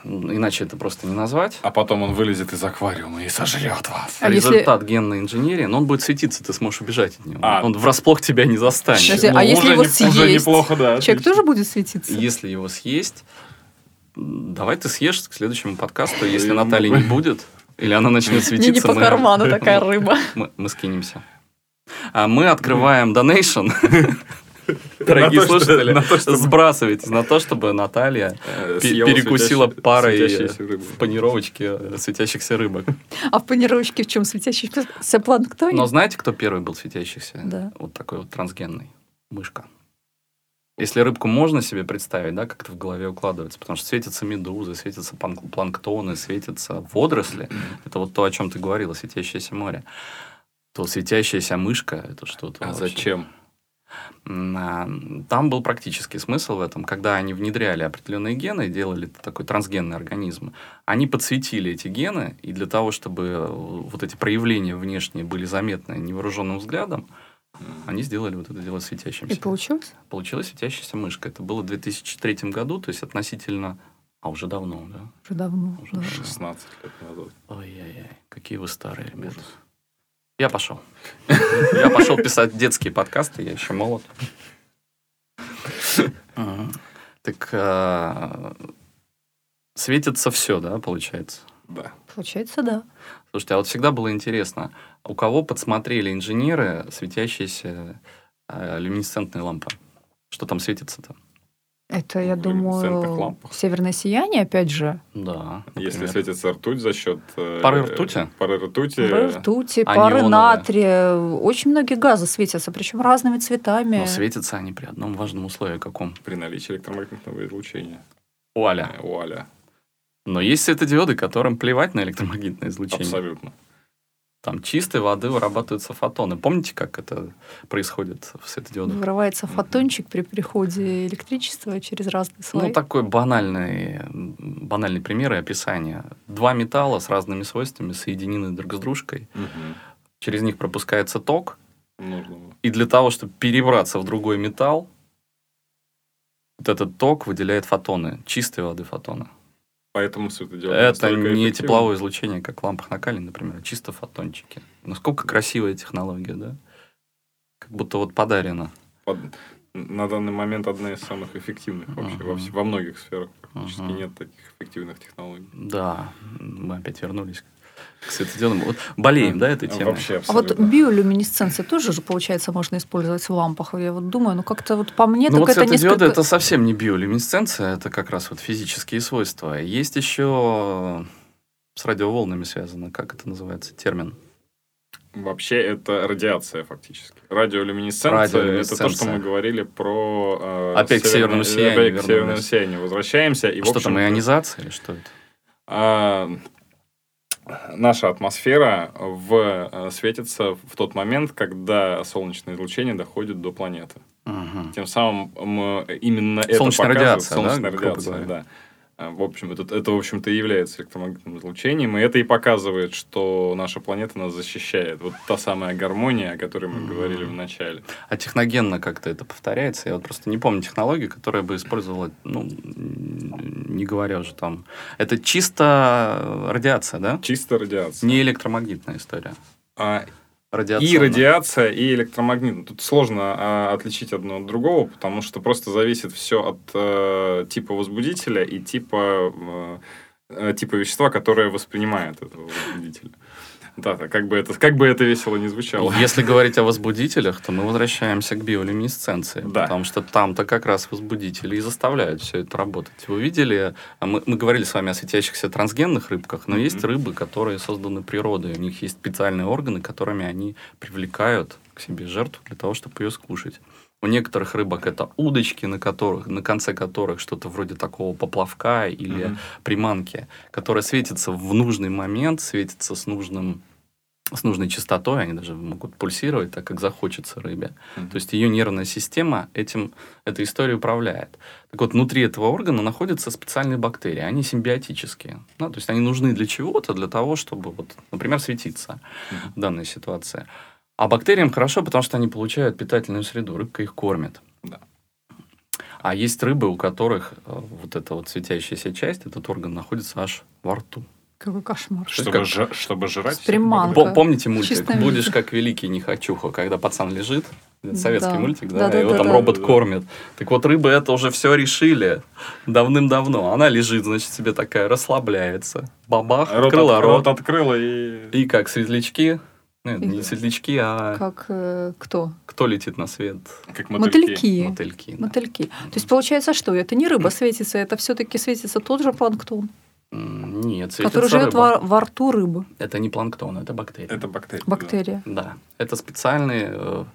Speaker 1: м, иначе это просто не назвать.
Speaker 2: А потом он вылезет из аквариума и сожрет вас.
Speaker 3: А если-
Speaker 1: Результат генной инженерии, но он будет светиться, ты сможешь убежать от него.
Speaker 2: А.
Speaker 1: Он врасплох тебя не застанет.
Speaker 3: Подожди, а
Speaker 2: Ну,
Speaker 3: если
Speaker 2: уже
Speaker 3: его
Speaker 2: не- Уже
Speaker 3: съесть?
Speaker 2: неплохо, да.
Speaker 3: Человек тоже будет светиться?
Speaker 1: Если его съесть, м, давай ты съешь к следующему подкасту, если
Speaker 2: Ну,
Speaker 1: Натальи не будет, или она начнет
Speaker 3: Мне (laughs) не
Speaker 1: светиться,
Speaker 3: по
Speaker 1: мы-
Speaker 3: карману
Speaker 1: (laughs)
Speaker 3: такая рыба.
Speaker 1: мы, мы скинемся. А мы открываем донейшн. Дорогие
Speaker 2: На то, что-
Speaker 1: слушатели,
Speaker 2: на то,
Speaker 1: (laughs)
Speaker 2: чтобы-
Speaker 1: сбрасывайтесь на то, чтобы Наталья
Speaker 2: Э,
Speaker 1: пе-
Speaker 2: съел
Speaker 1: перекусила
Speaker 2: светящий-
Speaker 1: парой
Speaker 2: светящейся
Speaker 1: э,
Speaker 2: рыбы.
Speaker 1: в панировочке э, светящихся рыбок.
Speaker 3: А в панировочке в чем светящийся планктоник?
Speaker 1: Но знаете, кто первый был светящихся?
Speaker 3: Да.
Speaker 1: Вот такой вот трансгенный. Мышка. Если рыбку можно себе представить, да, как это в голове укладывается, потому что светятся медузы, светятся панк- планктоны, светятся водоросли. Это вот то, о чем ты говорила, светящееся море. То светящаяся мышка, это что-то
Speaker 2: А
Speaker 1: вообще.
Speaker 2: зачем?
Speaker 1: М, а, Там был практический смысл в этом. Когда они внедряли определенные гены, и делали такой трансгенный организм, они подсветили эти гены, и для того, чтобы э, вот эти проявления внешние были заметны невооруженным взглядом, они сделали вот это дело
Speaker 3: И
Speaker 1: светящимся.
Speaker 3: получилось?
Speaker 1: Получилась светящаяся мышка. Это было в 2003 году, то есть относительно... А уже давно, да?
Speaker 3: Уже давно.
Speaker 1: Уже
Speaker 3: да.
Speaker 2: 16 лет назад.
Speaker 1: Ой-ой-ой, какие вы старые ребята. Я пошел. (laughs) Я пошел писать детские подкасты, я еще молод. Ага. Так а, светится все, да, получается?
Speaker 2: Да.
Speaker 3: Получается, да.
Speaker 1: Слушайте, а вот всегда было интересно, у кого подсмотрели инженеры светящиеся а, люминесцентные лампы? Что там светится-то?
Speaker 3: Это,
Speaker 2: Ну,
Speaker 3: я
Speaker 2: в люминесцентных
Speaker 3: думаю,
Speaker 2: лампах.
Speaker 3: северное сияние, опять же.
Speaker 1: Да.
Speaker 2: Если
Speaker 1: например.
Speaker 2: светится ртуть за счет... э,
Speaker 1: Пары ртути?
Speaker 2: Пары ртути.
Speaker 3: Пары ртути,
Speaker 1: а
Speaker 3: пары
Speaker 1: неоновые?
Speaker 3: натрия. Очень многие газы светятся, причем разными цветами.
Speaker 1: Но светятся они при одном важном условии каком?
Speaker 2: При наличии электромагнитного излучения.
Speaker 1: Вуаля.
Speaker 2: Э, Вуаля.
Speaker 1: Но есть светодиоды, которым плевать на электромагнитное излучение.
Speaker 2: Абсолютно.
Speaker 1: Там чистой воды вырабатываются фотоны. Помните, как это происходит в светодиодах?
Speaker 3: Вырывается фотончик при приходе электричества через разные слои.
Speaker 1: Ну, такой банальный, м, банальный пример и описание. Два металла с разными свойствами соединены друг с дружкой. Через них пропускается ток.
Speaker 2: Нужно.
Speaker 1: И для того, чтобы перебраться в другой металл, вот этот ток выделяет фотоны, чистой воды фотоны.
Speaker 2: Поэтому светодиод
Speaker 1: Это
Speaker 2: настолько
Speaker 1: не
Speaker 2: эффективен.
Speaker 1: тепловое излучение, как в лампах накалин, например, а чисто фотончики. Насколько красивая технология, да? Как будто вот подарено.
Speaker 2: Под- На данный момент одна из самых эффективных вообще. Во,
Speaker 1: Мгм.
Speaker 2: вс- во многих сферах практически
Speaker 1: Мгм.
Speaker 2: нет таких эффективных технологий.
Speaker 1: Да, мы опять вернулись Кстати, делаем. Вот болеем, да, этой темой?
Speaker 2: Вообще
Speaker 3: А вот
Speaker 2: абсолютно.
Speaker 3: биолюминесценция тоже же, получается, можно использовать в лампах. Я вот думаю, ну как-то вот по мне,
Speaker 1: Ну
Speaker 3: так
Speaker 1: вот
Speaker 3: это
Speaker 1: светодиоды
Speaker 3: несколько...
Speaker 1: это совсем не биолюминесценция, это как раз вот физические свойства. Есть еще с радиоволнами связано, как это называется, термин?
Speaker 2: Вообще это радиация фактически. Радиолюминесценция, это то, что
Speaker 1: Радиолюминесценция.
Speaker 2: мы говорили про... э,
Speaker 1: Опять к северному
Speaker 2: северное-
Speaker 1: сиянию
Speaker 2: Опять к северному
Speaker 1: вернулись.
Speaker 2: сиянию. Возвращаемся. И, в
Speaker 1: что там,
Speaker 2: общем-то,
Speaker 1: ионизация или что это?
Speaker 2: а, наша атмосфера в, э, светится в тот момент, когда солнечное излучение доходит до планеты.
Speaker 1: Мгм.
Speaker 2: Тем самым м, именно это
Speaker 1: Солнечная
Speaker 2: показывает
Speaker 1: радиация, да,
Speaker 2: солнечная
Speaker 1: грубо
Speaker 2: радиация,
Speaker 1: говоря?
Speaker 2: да. А, В общем, это, это, в общем-то, и является электромагнитным излучением, и это и показывает, что наша планета нас защищает. Вот та самая гармония, о которой мы
Speaker 1: Мгм.
Speaker 2: говорили в начале.
Speaker 1: А техногенно как-то это повторяется. Я вот просто не помню технологию, которая бы использовала, ну, м, не говоря уже там. Это чисто радиация, да?
Speaker 2: Чисто радиация.
Speaker 1: Не электромагнитная история.
Speaker 2: А, и
Speaker 1: Радиационная.
Speaker 2: радиация, и электромагнит. Тут сложно а, отличить одно от другого, потому что просто зависит все от э, типа возбудителя и типа, э, э, типа вещества, которое воспринимает этого возбудителя. Да, да, как бы это, как бы это весело не звучало.
Speaker 1: Если говорить о возбудителях, то мы возвращаемся к биолюминесценции,
Speaker 2: Да.
Speaker 1: потому что там-то как раз возбудители и заставляют все это работать. Вы видели, а мы, мы говорили с вами о светящихся трансгенных рыбках, но
Speaker 2: Мгм.
Speaker 1: есть рыбы, которые созданы природой, у них есть специальные органы, которыми они привлекают к себе жертву для того, чтобы ее скушать. У некоторых рыбок это удочки, на, которых, на конце которых что-то вроде такого поплавка или
Speaker 2: Мгм.
Speaker 1: приманки, которая светится в нужный момент, светится с нужным с нужной частотой, они даже могут пульсировать так, как захочется рыбе.
Speaker 2: Мгм.
Speaker 1: То есть ее нервная система этим, этой историей управляет. Так вот, внутри этого органа находятся специальные бактерии, они симбиотические. Ну, то есть они нужны для чего-то, для того, чтобы, вот, например, светиться
Speaker 2: Мгм.
Speaker 1: в данной ситуации. А бактериям хорошо, потому что они получают питательную среду, рыбка их кормит.
Speaker 2: Да.
Speaker 1: А есть рыбы, у которых э, вот эта вот светящаяся часть, этот орган находится аж во рту.
Speaker 3: Какой кошмар.
Speaker 2: Чтобы,
Speaker 1: как-
Speaker 2: жа- чтобы жрать.
Speaker 3: Приманка.
Speaker 1: Пом- помните мультик
Speaker 3: Чисто вижу.
Speaker 1: «Будешь как великий нехочуха», когда пацан лежит? Это Советский
Speaker 3: Да.
Speaker 1: мультик, да?
Speaker 3: Да-да-да-да.
Speaker 1: Его там робот кормит. Так вот, рыбы это уже все решили давным-давно. Она лежит, значит, себе такая расслабляется. Бабах,
Speaker 2: Рот,
Speaker 1: открыла
Speaker 2: от-
Speaker 1: рот.
Speaker 2: рот открыла и...
Speaker 1: И как, светлячки? Нет, не
Speaker 3: И-
Speaker 1: светлячки, а
Speaker 3: Как э, кто?
Speaker 1: кто летит на свет?
Speaker 2: Как
Speaker 3: Мотыльки.
Speaker 1: Мотыльки. да.
Speaker 3: Мотыльки. То есть получается, что это не рыба светится, это все-таки светится тот же планктон,
Speaker 1: М, Нет, светится
Speaker 3: который живет
Speaker 1: рыба.
Speaker 3: во, во рту рыбы,
Speaker 1: Это не планктон, это бактерия.
Speaker 2: Это бактерии. да.
Speaker 3: бактерия.
Speaker 1: Да, это специальные э,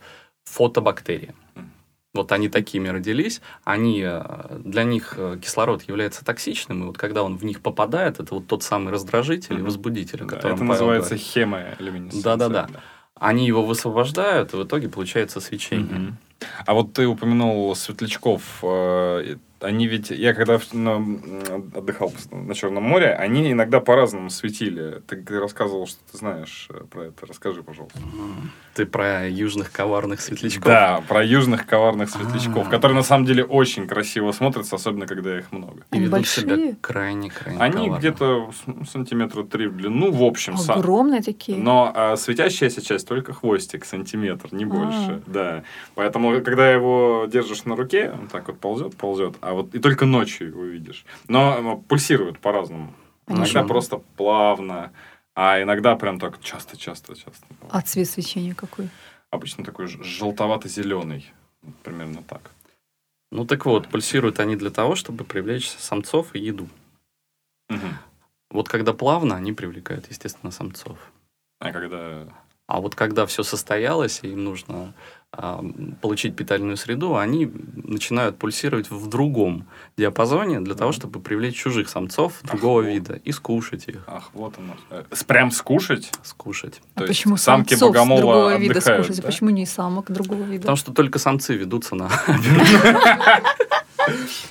Speaker 1: фотобактерии.
Speaker 2: Мгм.
Speaker 1: Вот они такими родились, они, э, для них э, кислород является токсичным, и вот когда он в них попадает, это вот тот самый раздражитель и
Speaker 2: Мгм.
Speaker 1: возбудитель, о
Speaker 2: Да,
Speaker 1: котором
Speaker 2: это
Speaker 1: Павел
Speaker 2: называется
Speaker 1: говорит.
Speaker 2: хемолюминесценция.
Speaker 1: Да-да-да. Они его высвобождают, и в итоге получается свечение.
Speaker 2: Мгм. А вот ты упомянул светлячков. э, Они ведь, я когда в- на- м, отдыхал на Черном море, они иногда по-разному светили. Ты ты рассказывал, что ты знаешь э, про это. Расскажи, пожалуйста.
Speaker 1: М. Ты про южных коварных светлячков.
Speaker 2: Да, про южных коварных светлячков,
Speaker 1: А.
Speaker 2: которые на самом деле очень красиво смотрятся, особенно когда их много.
Speaker 1: И
Speaker 3: Они
Speaker 1: ведут себя
Speaker 3: большие?
Speaker 1: крайне-крайне
Speaker 2: Они
Speaker 1: коварно.
Speaker 2: где-то с- сантиметра три в длину, в
Speaker 3: А,
Speaker 2: общем, са-
Speaker 3: Огромные такие.
Speaker 2: Но а, светящаяся часть только хвостик, сантиметр, не
Speaker 3: А.
Speaker 2: больше. Да. Поэтому, когда его держишь на руке, он так вот ползет, ползет, а вот и только ночью его видишь. Но э, пульсирует по-разному.
Speaker 3: Они
Speaker 2: Иногда
Speaker 1: же-
Speaker 2: просто плавно, а иногда прям так часто, часто, часто.
Speaker 3: А цвет свечения какой?
Speaker 2: Обычно такой ж- желтовато-зеленый. Вот Примерно так.
Speaker 1: Ну так вот, пульсируют они для того, чтобы привлечь самцов и еду.
Speaker 2: Мгм.
Speaker 1: Вот когда плавно, они привлекают, естественно, самцов.
Speaker 2: А когда...
Speaker 1: А вот когда все состоялось, и им нужно а, получить питательную среду, они начинают пульсировать в другом диапазоне для того,
Speaker 2: Мгм.
Speaker 1: чтобы привлечь чужих самцов другого
Speaker 2: вот.
Speaker 1: вида и скушать их.
Speaker 2: Ах, вот оно. Э, с- Прям скушать?
Speaker 1: Скушать.
Speaker 3: А
Speaker 2: То есть
Speaker 3: почему
Speaker 2: самки
Speaker 3: самцов
Speaker 2: богомола
Speaker 3: с другого вида
Speaker 2: отдыхают,
Speaker 3: скушать? а
Speaker 2: да?
Speaker 3: Почему не самок другого вида?
Speaker 1: Потому что только самцы ведутся на...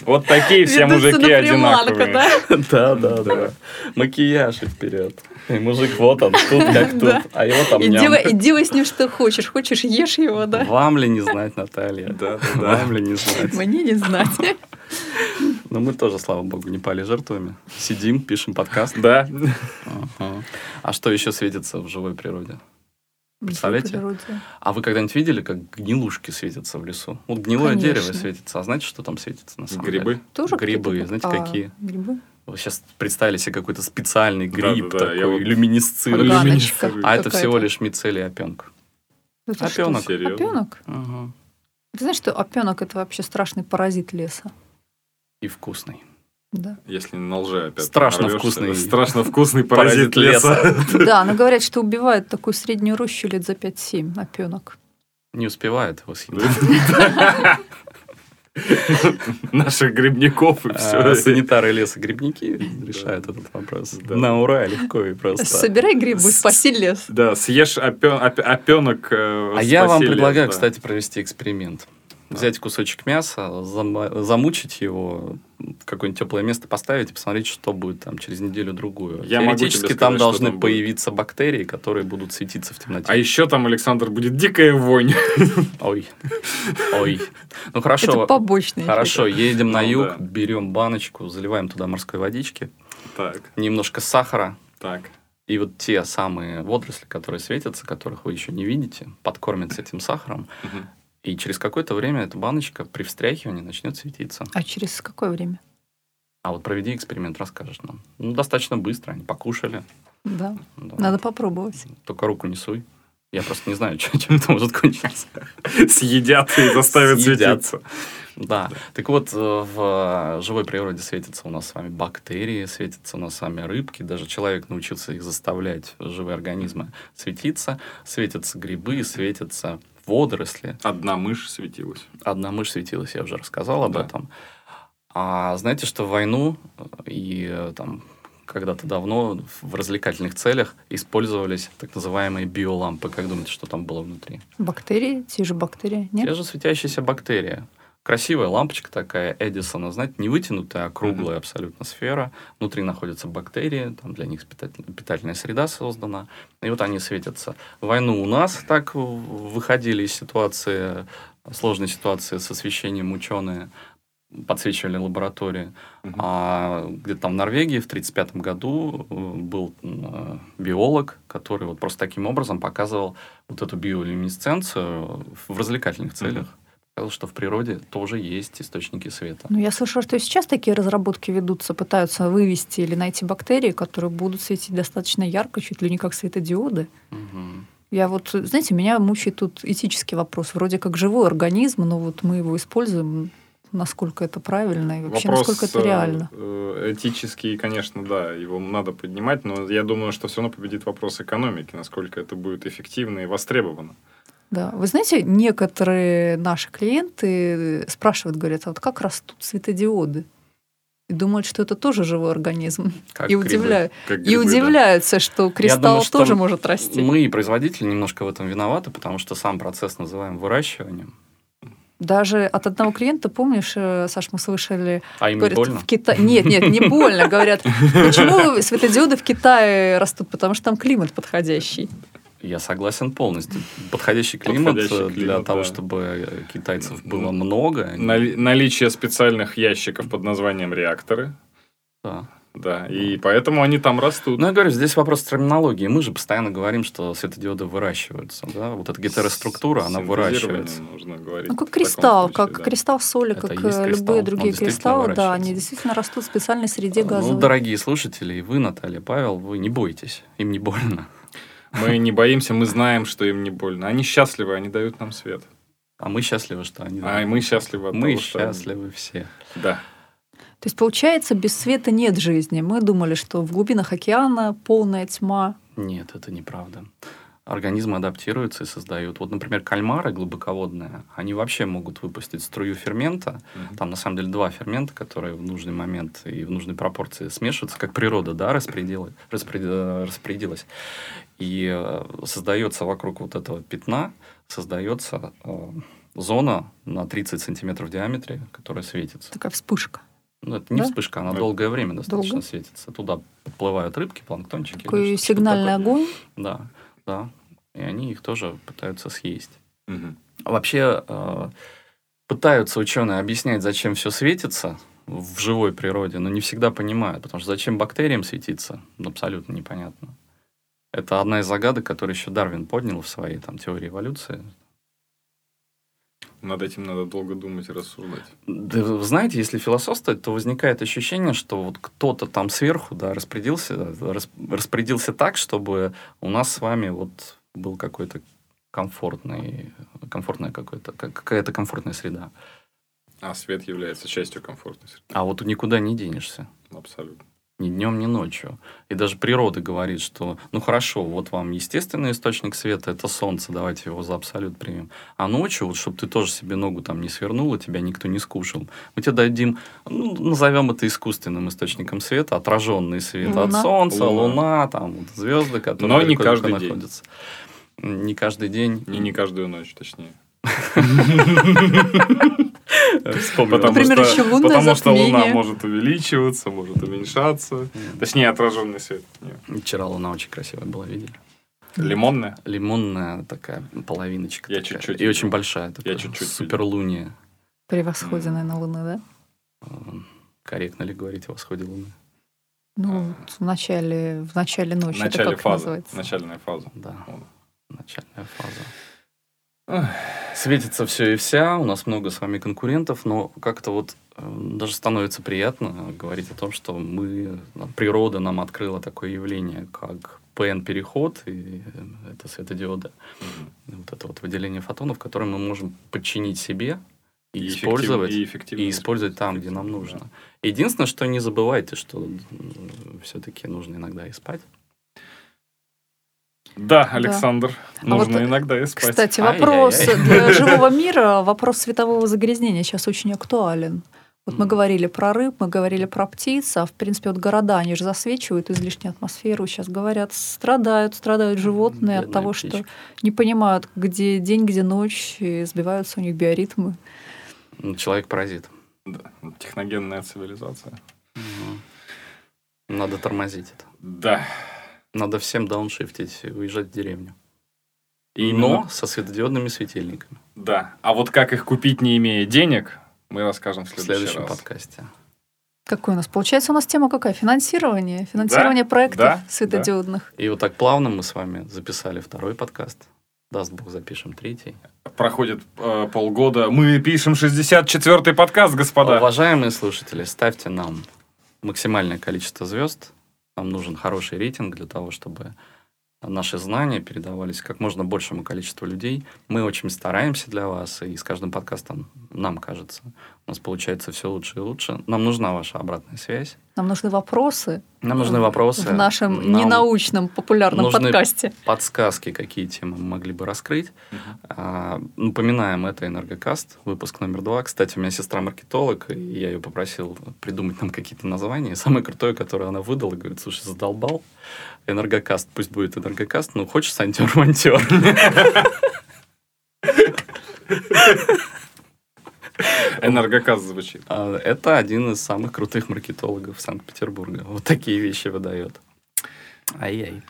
Speaker 2: Вот такие все
Speaker 3: Ведутся
Speaker 2: мужики
Speaker 3: на приманку,
Speaker 2: одинаковые.
Speaker 3: да?
Speaker 1: (laughs) Да, да, да. Макияж и вперед. И мужик вот он, тут как (laughs) тут,
Speaker 3: Да.
Speaker 1: а его там
Speaker 3: И
Speaker 1: ням.
Speaker 3: делай, и делай с ним что хочешь. Хочешь, ешь его, да?
Speaker 1: Вам ли не знать, Наталья?
Speaker 2: Да, да, да.
Speaker 1: Вам ли не знать?
Speaker 3: Мне не знать.
Speaker 1: Но мы тоже, слава богу, не пали жертвами. Сидим, пишем подкаст.
Speaker 2: Да.
Speaker 1: Ага. А что еще светится в живой природе? Представляете?
Speaker 3: Природе.
Speaker 1: А вы когда-нибудь видели, как гнилушки светятся в лесу? Вот гнилое
Speaker 3: Конечно.
Speaker 1: дерево светится. А знаете, что там светится на самом деле?
Speaker 2: Грибы.
Speaker 3: Тоже
Speaker 1: Грибы,
Speaker 3: какие-то-
Speaker 1: знаете,
Speaker 3: а,
Speaker 1: какие?
Speaker 3: Грибы?
Speaker 1: Вы сейчас представили себе какой-то специальный
Speaker 2: Да,
Speaker 1: гриб
Speaker 2: да, да, я
Speaker 1: такой,
Speaker 2: вот-
Speaker 1: люминесцирующий.
Speaker 2: Орган.
Speaker 3: Органочка
Speaker 2: люминесцентный.
Speaker 1: А это всего
Speaker 3: какая-то.
Speaker 1: лишь мицелий опенка.
Speaker 3: Это что,
Speaker 1: опёнок.
Speaker 2: Серьезно?
Speaker 3: Опёнок?
Speaker 1: Ага.
Speaker 3: Ты знаешь, что опенок это вообще страшный паразит леса?
Speaker 1: И вкусный. (laughs)
Speaker 3: Да.
Speaker 2: Если на лже опять
Speaker 1: Страшно
Speaker 2: нарвешься,
Speaker 1: вкусный.
Speaker 2: Страшно вкусный паразит леса.
Speaker 3: Да, но говорят, что убивает такую среднюю рощу лет за 5-7 опенок.
Speaker 1: Не успевает восхитить.
Speaker 2: (laughs) Наших грибников и
Speaker 1: А,
Speaker 2: все.
Speaker 1: Санитары леса грибники решают этот вопрос.
Speaker 2: Да.
Speaker 1: На ура, легко и просто.
Speaker 3: Собирай грибы, спаси лес.
Speaker 2: Да, съешь опен- опе- опенок. э,
Speaker 1: А я вам
Speaker 2: спаси лес,
Speaker 1: предлагаю,
Speaker 2: да.
Speaker 1: кстати, провести эксперимент. Взять кусочек мяса, зам- замучить его, в какое-нибудь теплое место поставить и посмотреть, что будет там через неделю-другую.
Speaker 2: Я могу тебе
Speaker 1: Теоретически
Speaker 2: сказать,
Speaker 1: там
Speaker 2: что
Speaker 1: должны
Speaker 2: там будет.
Speaker 1: появиться бактерии, которые будут светиться в темноте.
Speaker 2: А еще там, Александр, будет дикая вонь. (laughs)
Speaker 1: Ой. Ой. Ну хорошо.
Speaker 3: Это побочный. эффект.
Speaker 1: Хорошо, едем на
Speaker 2: Ну,
Speaker 1: юг,
Speaker 2: да.
Speaker 1: берем баночку, заливаем туда морской водички,
Speaker 2: Так,
Speaker 1: немножко сахара,
Speaker 2: так.
Speaker 1: и вот те самые водоросли, которые светятся, которых вы еще не видите, подкормятся этим сахаром,
Speaker 2: Мгм.
Speaker 1: и через какое-то время эта баночка при встряхивании начнет светиться.
Speaker 3: А через какое время?
Speaker 1: А вот проведи эксперимент, расскажешь нам. Ну, достаточно быстро, они покушали.
Speaker 3: Да,
Speaker 1: Да.
Speaker 3: надо попробовать.
Speaker 1: Только руку не суй. Я просто не знаю, (laughs) чем чем это может кончиться.
Speaker 2: Съедят и заставят
Speaker 1: Съедят.
Speaker 2: светиться.
Speaker 1: Да. Так вот, э, в э, живой природе светятся у нас с вами бактерии, светятся у нас с вами рыбки. Даже человек научился их заставлять, э, живые организмы, светиться. Светятся грибы, светятся водоросли.
Speaker 2: Одна мышь светилась.
Speaker 1: Одна мышь светилась, я уже рассказал об
Speaker 2: Да.
Speaker 1: этом. А знаете, что в войну э, и э, там когда-то давно в развлекательных целях использовались так называемые биолампы. Как думаете, что там было внутри?
Speaker 3: Бактерии, те же бактерии,
Speaker 1: Те
Speaker 3: нет?
Speaker 1: же светящиеся бактерии. Красивая лампочка такая Эдисона, знаете, не вытянутая, а круглая абсолютно сфера. Внутри находятся бактерии, там для них питатель- питательная среда создана. И вот они светятся. В Войну у нас так выходили из ситуации, сложной ситуации с освещением ученые, подсвечивали лаборатории.
Speaker 2: Мгм.
Speaker 1: А где-то там в Норвегии в 1935 году э, был м, э, биолог, который вот просто таким образом показывал вот эту биолюминесценцию в развлекательных целях. Показал, что в природе тоже есть источники света.
Speaker 3: Ну, я слышала, что и сейчас такие разработки ведутся, пытаются вывести или найти бактерии, которые будут светить достаточно ярко, чуть ли не как светодиоды.
Speaker 1: Мгм.
Speaker 3: Я вот, знаете, меня мучает тут этический вопрос. Вроде как живой организм, но вот мы его используем, насколько это правильно и вообще насколько это
Speaker 2: э,
Speaker 3: реально.
Speaker 2: э, Этический, конечно, да, его надо поднимать, но я думаю, что все равно победит вопрос экономики, насколько это будет эффективно и востребовано.
Speaker 3: Да. Вы знаете, некоторые наши клиенты спрашивают, говорят, а вот как растут светодиоды? И думают, что это тоже живой организм.
Speaker 1: Как
Speaker 3: и
Speaker 1: грибы.
Speaker 3: удивляю-
Speaker 2: Как
Speaker 3: и
Speaker 2: грибы, да.
Speaker 3: удивляются, что кристалл
Speaker 1: думаю, что
Speaker 3: тоже
Speaker 1: м-
Speaker 3: может расти.
Speaker 1: Мы и производители немножко в этом виноваты, потому что сам процесс называем выращиванием.
Speaker 3: Даже от одного клиента, помнишь, э, Саш, мы слышали,
Speaker 1: А им не
Speaker 3: говорят,
Speaker 1: больно?
Speaker 3: в Китае... Нет, нет, не больно, говорят. Почему светодиоды в Китае растут? Потому что там климат подходящий.
Speaker 1: Я согласен полностью. Подходящий климат,
Speaker 2: Подходящий
Speaker 1: э, для
Speaker 2: климат,
Speaker 1: того,
Speaker 2: да.
Speaker 1: чтобы э, китайцев
Speaker 2: М,
Speaker 1: было
Speaker 2: м,
Speaker 1: много. они-
Speaker 2: Нали- Наличие специальных ящиков под названием реакторы,
Speaker 1: Да.
Speaker 2: да, и поэтому они там растут.
Speaker 1: Ну, я говорю, здесь вопрос терминологии. Мы же постоянно говорим, что светодиоды выращиваются. Да? Вот эта гетероструктура, она
Speaker 2: Синтезирование
Speaker 1: выращивается.
Speaker 2: Нужно говорить.
Speaker 3: Ну, как
Speaker 2: в таком
Speaker 3: кристалл,
Speaker 2: случае,
Speaker 3: как
Speaker 2: да.
Speaker 3: кристалл соли,
Speaker 1: Это
Speaker 3: как
Speaker 1: и есть
Speaker 3: э,
Speaker 1: кристалл,
Speaker 3: любые
Speaker 1: он
Speaker 3: другие
Speaker 1: действительно
Speaker 3: кристаллы, да,
Speaker 1: выращивается.
Speaker 3: они действительно растут в специальной среде
Speaker 1: Ну,
Speaker 3: газовой.
Speaker 1: дорогие слушатели, и вы, Наталья, Павел, вы не бойтесь, им не больно.
Speaker 2: Мы не боимся, мы знаем, что им не больно. Они счастливы, они дают нам свет.
Speaker 1: А мы счастливы, что они...
Speaker 2: А и мы счастливы от
Speaker 1: мы
Speaker 2: того, что они-
Speaker 1: счастливы все.
Speaker 2: Да.
Speaker 3: То есть, получается, без света нет жизни. Мы думали, что в глубинах океана полная тьма.
Speaker 1: Нет, это неправда. Организмы адаптируются и создают. Вот, например, кальмары глубоководные, они вообще могут выпустить струю фермента.
Speaker 2: Мгм.
Speaker 1: Там, на самом деле, два фермента, которые в нужный момент и в нужной пропорции смешиваются, как природа, да, распределила- распред- э, распорядилась. И э, создается вокруг вот этого пятна, создается э, зона на 30 сантиметров в диаметре, которая светится.
Speaker 3: Такая вспышка.
Speaker 1: Ну, это не
Speaker 3: Да?
Speaker 1: вспышка, она
Speaker 2: Да.
Speaker 1: долгое время достаточно
Speaker 3: Долго.
Speaker 1: светится. Туда подплывают рыбки, планктончики. или
Speaker 3: Такой
Speaker 1: что- что-то
Speaker 3: сигнальный
Speaker 1: такое.
Speaker 3: огонь.
Speaker 1: Да, да. И они их тоже пытаются съесть.
Speaker 2: Мгм.
Speaker 1: А Вообще э, пытаются ученые объяснять, зачем все светится в живой природе, но не всегда понимают, потому что зачем бактериям светиться, ну, абсолютно непонятно. Это одна из загадок, которую еще Дарвин поднял в своей там, теории эволюции.
Speaker 2: Над этим надо долго думать и рассуждать.
Speaker 1: Да, вы знаете, если философствовать, то возникает ощущение, что вот кто-то там сверху да, распорядился, рас- распорядился так, чтобы у нас с вами вот был какой-то комфортный, комфортная какой-то, как- какая-то комфортная среда.
Speaker 2: А свет является частью комфортной среды.
Speaker 1: А вот никуда не денешься.
Speaker 2: Абсолютно.
Speaker 1: Ни днем, ни ночью. И даже природа говорит, что ну хорошо, вот вам естественный источник света, это солнце, давайте его за абсолют примем. А ночью, вот чтобы ты тоже себе ногу там не свернула, тебя никто не скушал, мы тебе дадим, ну, назовем это искусственным источником света, отраженный свет от
Speaker 3: Луна.
Speaker 1: солнца,
Speaker 2: Луна.
Speaker 1: луна, там вот звезды, которые
Speaker 2: Но не
Speaker 1: далеко-далеко
Speaker 2: каждый день.
Speaker 1: находятся. Не каждый день.
Speaker 2: И не каждую ночь, точнее.
Speaker 1: Вспомнил.
Speaker 3: Например, еще лунное
Speaker 2: потому что луна
Speaker 3: затмение.
Speaker 2: может увеличиваться, может уменьшаться. Точнее, отраженный свет. Нет.
Speaker 1: Вчера луна очень красивая была, видели?
Speaker 2: Лимонная.
Speaker 1: Лимонная такая половиночка.
Speaker 2: Я
Speaker 1: такая.
Speaker 2: чуть-чуть
Speaker 1: И
Speaker 2: видел.
Speaker 1: очень большая. такая,
Speaker 2: чуть-чуть
Speaker 1: Суперлуния.
Speaker 3: Превосходенная на Луны, да?
Speaker 1: Эм, Корректно ли говорить о восходе Луны?
Speaker 3: Ну, в начале, в начале
Speaker 2: В
Speaker 3: ночи. это
Speaker 2: начале
Speaker 3: Ну, как
Speaker 2: фазы.
Speaker 3: называется?
Speaker 2: Начальная фаза.
Speaker 1: Да, начальная фаза.
Speaker 2: Эх.
Speaker 1: Светится все и вся, у нас много с вами конкурентов, но как-то вот эм, даже становится приятно говорить о том, что мы, природа нам открыла такое явление, как ПН-переход, и э, это светодиоды.
Speaker 2: Мгм.
Speaker 1: Вот это вот выделение фотонов, которое мы можем подчинить себе и,
Speaker 2: эффектив-
Speaker 1: использовать.
Speaker 2: И эффективно.
Speaker 1: и использовать там, где нам нужно. Единственное, что не забывайте, что все-таки нужно иногда и спать.
Speaker 2: Да, Александр, нужно
Speaker 3: А вот,
Speaker 2: иногда и спать.
Speaker 3: Кстати,
Speaker 1: Ай-яй-яй. (laughs)
Speaker 3: вопрос для живого мира, вопрос светового загрязнения сейчас очень актуален. Вот мы
Speaker 1: Мгм.
Speaker 3: говорили про рыб, мы говорили про птиц, а в принципе вот города, они же засвечивают излишнюю атмосферу. Сейчас говорят, страдают, страдают животные от
Speaker 1: Бедная
Speaker 3: того, что
Speaker 1: птичка.
Speaker 3: не понимают, где день, где ночь, и сбиваются у них биоритмы.
Speaker 1: Ну, Человек паразит.
Speaker 2: Да, Техногенная цивилизация.
Speaker 1: Надо тормозить это.
Speaker 2: Да.
Speaker 1: Надо всем дауншифтить и уезжать в деревню.
Speaker 2: Именно.
Speaker 1: Но со светодиодными светильниками.
Speaker 2: Да. А вот как их купить, не имея денег, мы расскажем в
Speaker 1: в
Speaker 2: следующий,
Speaker 1: следующем
Speaker 2: раз.
Speaker 1: подкасте.
Speaker 3: Какой у нас? Получается, у нас тема какая? Финансирование. Финансирование проектов
Speaker 2: да,
Speaker 3: светодиодных.
Speaker 1: И вот так плавно мы с вами записали второй подкаст. Даст Бог, запишем третий.
Speaker 2: Проходит э, полгода. Мы пишем 64-й подкаст,
Speaker 1: А
Speaker 2: господа.
Speaker 1: Уважаемые слушатели, ставьте нам максимальное количество звезд. Нам нужен хороший рейтинг для того, чтобы наши знания передавались как можно большему количеству людей. Мы очень стараемся для вас, и с каждым подкастом, нам кажется, у нас получается все лучше и лучше. Нам нужна ваша обратная связь.
Speaker 3: Нам нужны вопросы
Speaker 1: Нам нужны вопросы.
Speaker 3: Ну, в нашем
Speaker 1: Нам
Speaker 3: ненаучном популярном
Speaker 1: нужны-
Speaker 3: подкасте.
Speaker 1: подсказки, какие темы мы могли бы раскрыть.
Speaker 2: Мгм.
Speaker 1: А, Напоминаем, это Энергокаст, выпуск номер два. Кстати, у меня сестра маркетолог, и я ее попросил придумать нам какие-то названия. И самое крутое, которое она выдала, говорит, слушай, задолбал. Энергокаст, пусть будет Энергокаст, ну хочешь сантер-монтер?
Speaker 2: (laughs) Энергоказ звучит.
Speaker 1: А, Это один из самых крутых маркетологов Санкт-Петербурга. Вот такие вещи выдает. Ай-яй.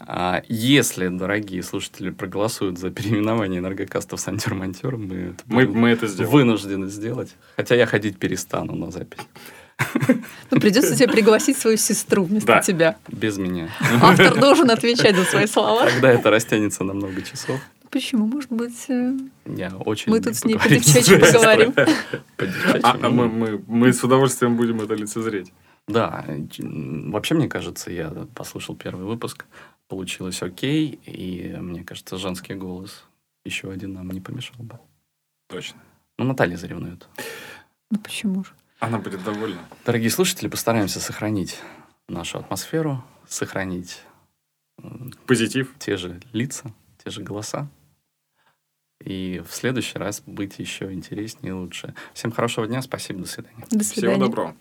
Speaker 1: А, Если, дорогие слушатели, проголосуют за переименование энергокаста в Сантер-Монтер, мы это
Speaker 2: Мы,
Speaker 1: будем
Speaker 2: мы это сделаем.
Speaker 1: вынуждены сделать. Хотя я ходить перестану на запись.
Speaker 3: Ну, придется тебе пригласить свою сестру вместо
Speaker 2: Да.
Speaker 3: тебя.
Speaker 1: Без меня.
Speaker 3: Автор должен отвечать за свои слова.
Speaker 1: Тогда это растянется на много часов.
Speaker 3: Почему? Может быть, э,
Speaker 1: Я очень
Speaker 3: мы
Speaker 1: люблю
Speaker 3: тут с ней
Speaker 1: (laughs)
Speaker 3: по
Speaker 1: поговорить
Speaker 3: девчачьи
Speaker 1: с сестрой.
Speaker 3: поговорим.
Speaker 1: По-девчачьи.
Speaker 2: А, а мы, мы, мы с удовольствием будем это лицезреть.
Speaker 1: Да, ч- м, вообще, мне кажется, я послушал первый выпуск, получилось окей, и мне кажется, женский голос еще один нам не помешал бы.
Speaker 2: Точно.
Speaker 1: Ну, Наталья заревнует.
Speaker 3: Ну почему же?
Speaker 2: Она будет довольна.
Speaker 1: Дорогие слушатели, постараемся сохранить нашу атмосферу, сохранить м,
Speaker 2: Позитив.
Speaker 1: те же лица, те же голоса. И в следующий раз быть еще интереснее и лучше. Всем хорошего дня, спасибо, до свидания.
Speaker 3: До
Speaker 2: Всего
Speaker 3: свидания.
Speaker 2: доброго.